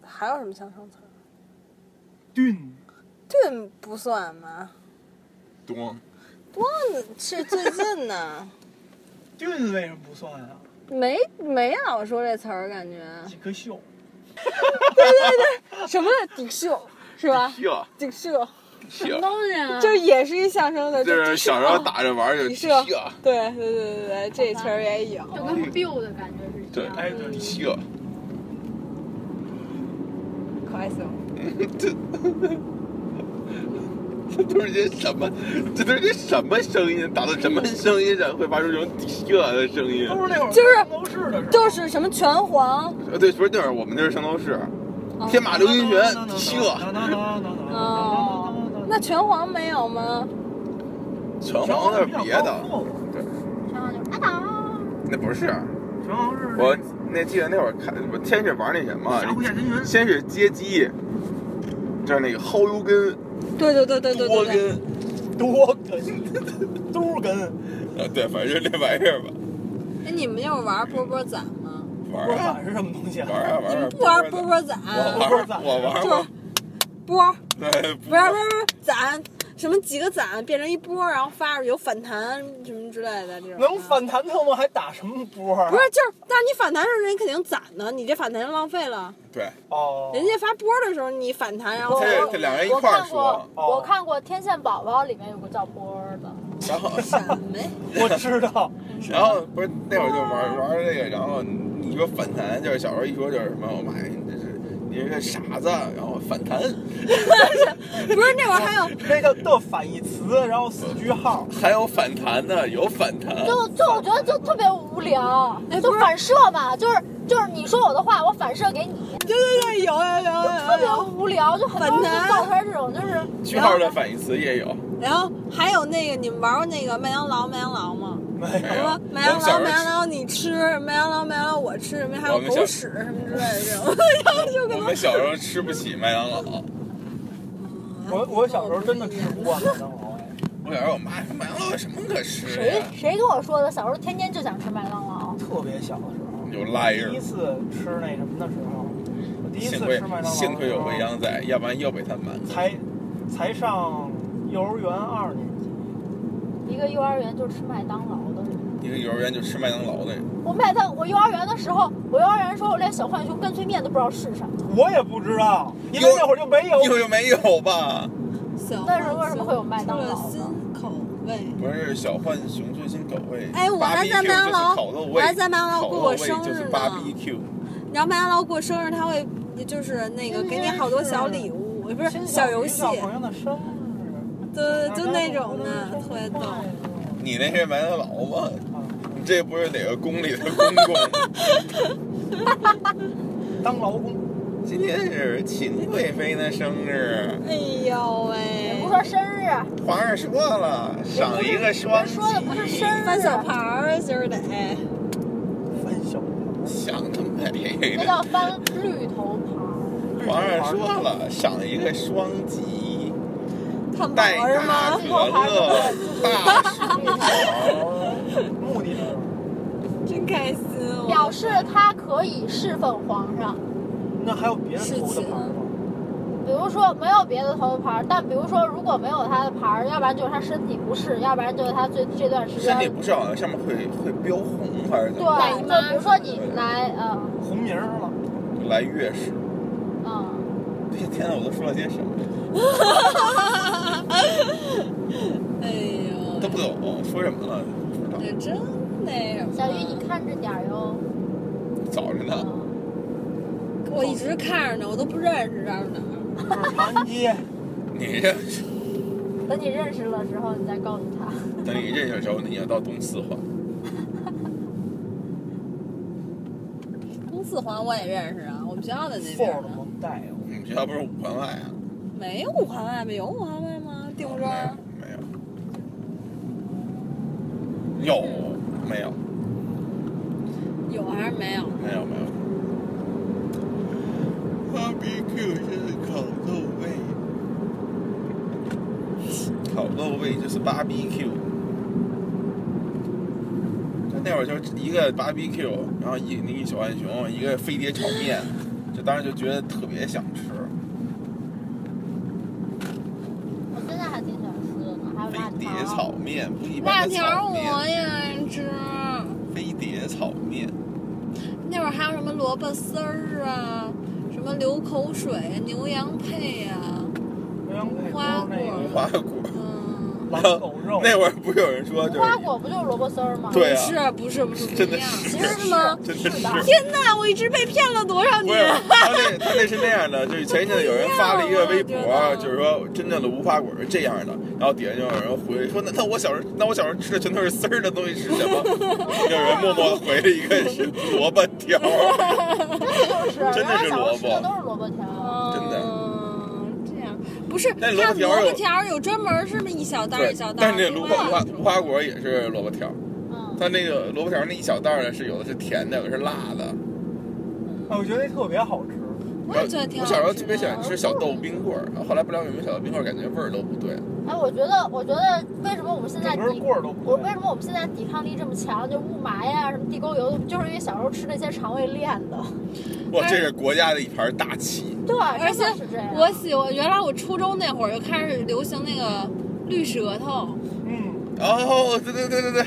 还有什么相声词儿？盾这不算吗？多多是最近呢，盾为什么不算啊？ 没没老说这词儿，感觉几颗秀， 什么顶秀是吧？嗯秀顶秀秀，东西啊，就是啊也是一相声的，就是小时候打着玩儿就底秀秀，，对对对对对，这词儿也有。就跟 build 的感觉是一样哎的。对底秀，可爱死了！ 这都是些什么？这都是些什么声音？打到什么声音上会发出这种底秀的声音？都是那会儿就是上楼市的时候，就是什么拳皇，呃，对，不是那会儿我们那是圣斗士，哦天马流星拳底秀，哦，那拳皇没有吗？拳拳皇皇那是别的，然后就是啊当，那不是。拳皇是我那记得那会儿看，我先是玩那什么，峡谷下真人，先是接机，就是那个薅油根、对对对对对多对对，根，多根，都根，啊，对，反正就这玩意儿吧，哎，你们又玩波波攒吗？玩波儿啊板是什么东西啊？玩儿啊玩你儿啊们，不玩波波波攒，我波玩波儿，攒我玩就儿是过，波，对，不是不是不是攒，什么几个攒变成一波，然后发出有反弹什么之类的这种。能？反弹的吗？还打什么波？不是，就是，但是你反弹的时候，人家肯定攒呢，你这反弹就浪费了。对，哦，人家发波的时候，你反弹，然后他这这两哎人一我块儿看说过，，哦我看过《天线宝宝》里面有个叫波儿的，然后什么呀？我知道，然后不是那会儿就玩玩儿这个，然后你说反弹，就是小时候一说就是什么，我妈你这是你是个傻子，然后反弹，不是那会儿还有那叫的反义词，然后四句号，还有反弹呢，有反弹，就就我觉得就特别无聊，就反射嘛，就是就是你说我的话，我反射给你，对对对，有有有特有别有。无聊，就很反多人弹就造出来这种就是。句号的反义词也有，然后还有那个，你们玩过那个麦当劳麦当劳吗？没没什有么麦当我们小劳时候麦当劳你吃，麦当劳麦当劳我吃，什么还有我们小狗屎什么之类的这种， 然后就可我能们小时候吃不起麦当劳，我我小时候真的吃不惯麦当劳，哎我小时候我妈说麦当劳有什么可吃的谁呀？谁跟我说的？小时候天天就想吃麦当劳，特别小的时候。有第一 liar，次吃那什么的时候，我第一次幸吃亏麦当劳的时啊候，幸亏有未央在，要不然又被他瞒了。才才上幼儿园二年级，一个幼儿园就吃麦当劳的人。一个幼儿园就吃麦当劳的人，我麦当我幼儿园的时候，我幼儿园说我连小浣熊干脆面都不知道是什么，我也不知道，因为幼那会儿就没有。又又没有吧？小但是为什么会有麦当劳呢换新口味？不是小浣熊最新口味，哎我还在 BBQ 麦当劳就是烤肉味我还在麦当劳烤过肉我味生就是日呢 BBQ，你知道麦当劳过生日他会就是那个给你好多小礼物，不是小游戏，小朋友的生日，对，就那种的，特别逗。你那是麦当劳吗？啊你这不是哪个宫里的公公？当劳工，今天是秦贵妃的生日，哎呦也喂不，说生日，啊皇上说了，赏一个双人说的不是生日，翻小牌儿今儿得，翻小想得美那。叫翻绿头牌。皇上说了，赏一个双击，汉堡带是大吗？可乐，大目的是，真开心哦！表示他可以侍奉皇上。那还有别人头的牌吗？比如说没有别的头牌儿，但比如说如果没有他的牌儿，要不然就是他身体不适，要不然就是他最这段时身间体不是好像上面会会标红还是怎么对，着？就比如说你来，嗯红名儿了，就来月事。嗯，这天呐，我都说了些什么？ 哎呦，都不懂说什么了，不知道。这真那什么。小鱼你看着点儿哟。早着呢，嗯我一直看着呢，我都不认识这儿哪儿。这是长安 街，你这等你认识了之后，你再告诉他。等你认识的时候，你要到东四环。东四环我也认识啊，我们学校在那缝边儿的呢。蒙带有我们学校不是五环外啊？没有五环外吗？有五环外吗？定庄。没有，没有，有没有？有还是没有？没有没有。Barbecue 就是烤肉味，烤肉味就是 Barbecue。那会儿就一个 Barbecue，然后一那一小浣熊，一个飞碟炒面，就就当时就觉得特别想吃，我现在还挺喜欢吃的呢，还有飞辣碟条。炒面不一辣般的条炒我面，也爱吃，飞碟炒面，那会儿还有什么萝卜丝儿啊，什么流口水、啊牛羊配啊，鸳鸯配都是那无个花果。嗯，狼狗 肉，那会儿不是有人说无就花是果不就是萝卜丝儿吗？对啊是不是不是不 真一的样？是是吗？ 真的是是的天哪，我一直被骗了多少不是年？他那他那是那样的，就是前一阵子有人发了一个微博不一样啊，就是说真正的无花果是这样的，然后底下就有人回说那那我小时候那我小时候吃的全都是丝儿的东西是什么？就有人默默地回了一个是萝卜条儿，就是，原真的来是小时候萝吃的卜都是萝卜条。真的嗯，这样不是？那看萝卜条儿有萝卜条儿有专门是那一小袋儿对一小，袋但儿，是那萝卜另外无花无花果也是萝卜条儿，嗯，它那个萝卜条儿那一小袋儿呢是有的是甜的，有的是辣的。哎我觉得那特别好吃。我然也后觉得挺我好小时候吃特别喜的啊欢吃小豆冰棍儿，然后后来不知道为什么小豆冰棍儿感觉味儿都不对。哎，我觉得，我觉得为什么我们现在整个抵，棍儿都不我对为什么我们现在抵抗力这么强？就雾霾呀、什么地沟油，就是因为小时候吃那些肠胃练的。哎哇，这是国家的一盘大棋。 对，而且是这样。我哦喜欢，原来我初中那会儿就开始流行那个绿舌头，嗯，哦，对对对对对，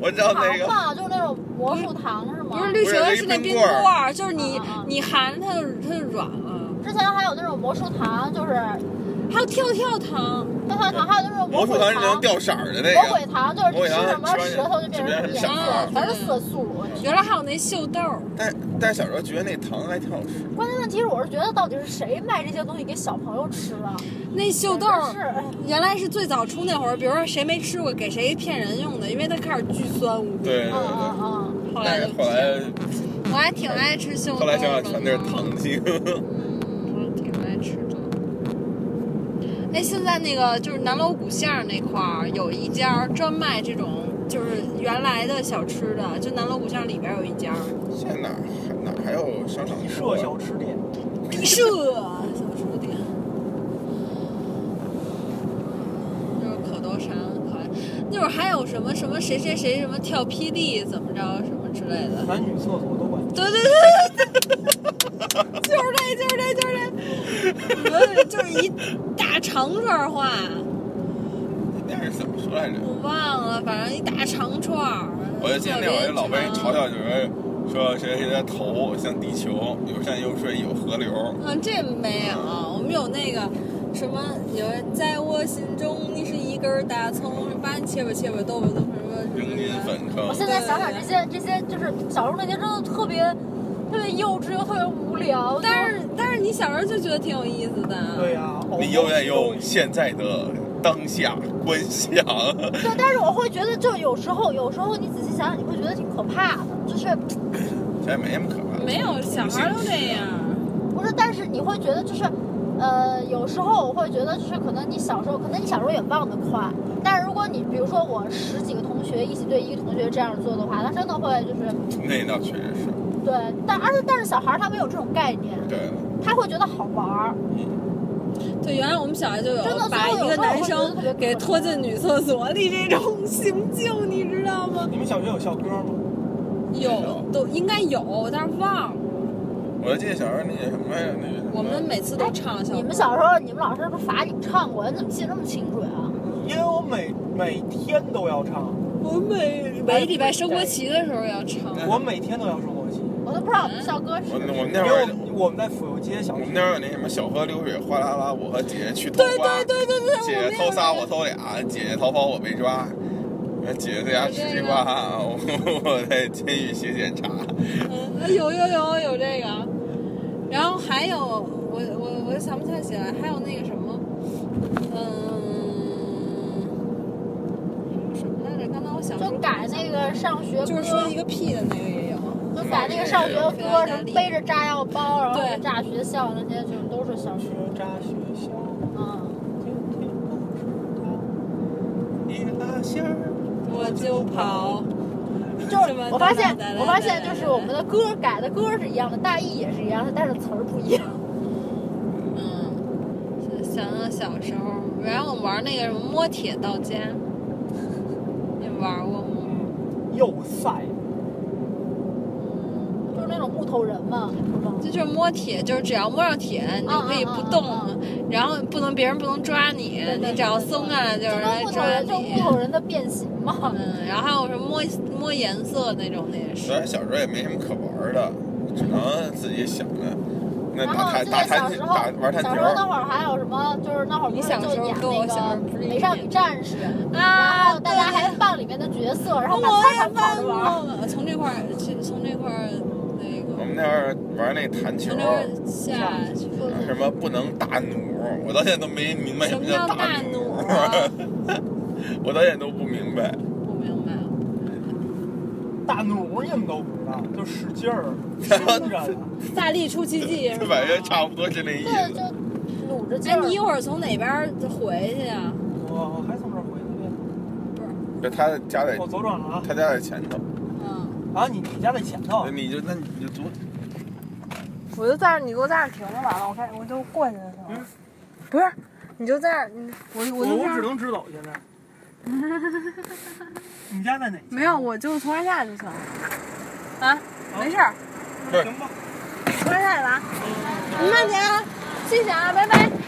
我知道那糖个，嘛，就是那种魔术糖是吗？不是绿舌头，不是是那冰冰棍儿棍儿，就是你啊啊你含它就它就软了。之前还有那种魔术糖，就是还有跳跳糖，跳跳糖，还有那种魔魔术鬼糖是能糖。掉色儿的那魔鬼个，糖就是吃什么舌头就变成什么颜色，全是色素。原来还有那秀豆儿，但但小时候觉得那糖还挺好吃。关键问题是，我是觉得到底是谁卖这些东西给小朋友吃啊？那秀豆真儿是，原来是最早出那会儿，比如说谁没吃过，给谁骗人用的，因为它开始巨酸无比。对对对，嗯嗯嗯，后来但是就后来我还挺爱吃秀豆儿后的来想想全都是糖精，我挺爱吃的。哎，现在那个就是南锣鼓巷那块儿有一家专卖这种就是原来的小吃的，就南锣鼓巷里边有一家现在哪还哪还有商场地多设呀小吃店，地社小书店，就是可多山可爱。那会儿还有什么什么谁谁谁什么跳霹雳怎么着什么之类的。男女厕所都管。对对对对对，就是这，就是这， 就是这，我就是一大长串话，那是怎么说来着？我忘了，反正一大长串儿。我就记得那会儿老被人嘲笑，就是说谁谁的头像地球，有山有水有河流。嗯，这没有，我们有那个什么，有在我心中你是一根大葱，把你切吧切吧豆腐豆腐什么扔进粉我坑，现在想想这些这些，就是小时候那些真的特别特别幼稚又特别无聊，但是但是你小时候就觉得挺有意思的，对呀、嗯你永远用现在的当下观想。对，但是我会觉得，就有时候，有时候你仔细想想，你会觉得挺可怕的，就是现在没那么可怕。没有小孩儿都这样，不是？但是你会觉得，就是，呃，有时候我会觉得，就是可能你小时候，可能你小时候也忘得快，但是如果你比如说我十几个同学一起对一个同学这样做的话，他真的会就是那倒确实是，对，但而且但是小孩儿他没有这种概念，对，他会觉得好玩儿，对，原来我们小学就有真的把所以一有个时候我男会觉得生特别给可拖进女厕所里这种行径，你知道吗？你们小学有校歌吗？有都应该有，但是忘了。我就记得小时候那个什么呀，那个什么我们每次都唱小。哎你们小时候，你们老师不是罚你唱过，你怎么记得那么清楚呀、因为我每每天都要唱，我每每礼拜升国旗的时候要唱。我每天都要升国旗。我都不知道我们校歌是我什么。嗯我因们那会为儿我们我们在府右街小我学们，那会儿有那什么小河流水哗啦啦，我和姐姐去偷对花，对对对对，姐姐偷仨我偷俩，姐姐逃跑我被抓。姐姐在家吃西瓜，我 我在监狱写检查。嗯， 有有有有这个，然后还有我我我想不太起来，还有那个什么，嗯，什么来着？刚才我想就说改那个上学歌，就是说一个屁的那个也有。就把那个上学歌，什么背着炸药包，然后炸学校那些，就都是小学学。渣学校，嗯，天天不知一拉线儿，我就跑。就是我发现，我发现就是我们的歌改的歌是一样的，大意也是一样的，但是词儿不一样。嗯，想想小时候，然后我们玩那个什么摸铁到家， 你们玩过吗？道，又赛就是那种木口人嘛，是吗？这就是摸铁，就是只要摸着铁，你就可以不动，啊啊啊然后不能别人不能抓你，对对你只要松开了就是就跟来木头抓人，就你木。头人的变形嘛。嗯，然后还有什么摸摸颜色那种的也虽然是。小时候也没什么可玩的，只能自己想着那然打后弹记打得弹小时琴候打玩，弹小球时候那会儿还有什么？就是那会儿不你是小时就候演跟我小时那候不个是一美少样女战士，然啊后大家还扮里面的角色，然后把我操也场跑着玩。过，从这块儿去，从这块儿那我们个，那会儿玩那弹球从，这块儿下去。什么不能大弩，我到现在都没明白什么么叫叫大弩弩，啊？ 我到现在都不明白。不明白。大弩你们都不知道，就使劲 儿伸着呢。大力出奇迹是吧？反正差不多就那意对，就思。努着劲哎，儿。你一会儿从哪边儿回去啊？我还从这儿回去，就他的家在我左转了啊。他家在前头，嗯，啊，你你家在前头那。你就那你就左我就在这儿，你给我在这儿停着完了，我看我就过去就行了。嗯不是，你就在这儿，你我就我就我这只样能直走 现在。你家在哪？没有，我就从这儿下去就行了。啊，哦没事儿，行吧。从这儿下去了啊。嗯慢点啊，谢谢啊，拜拜。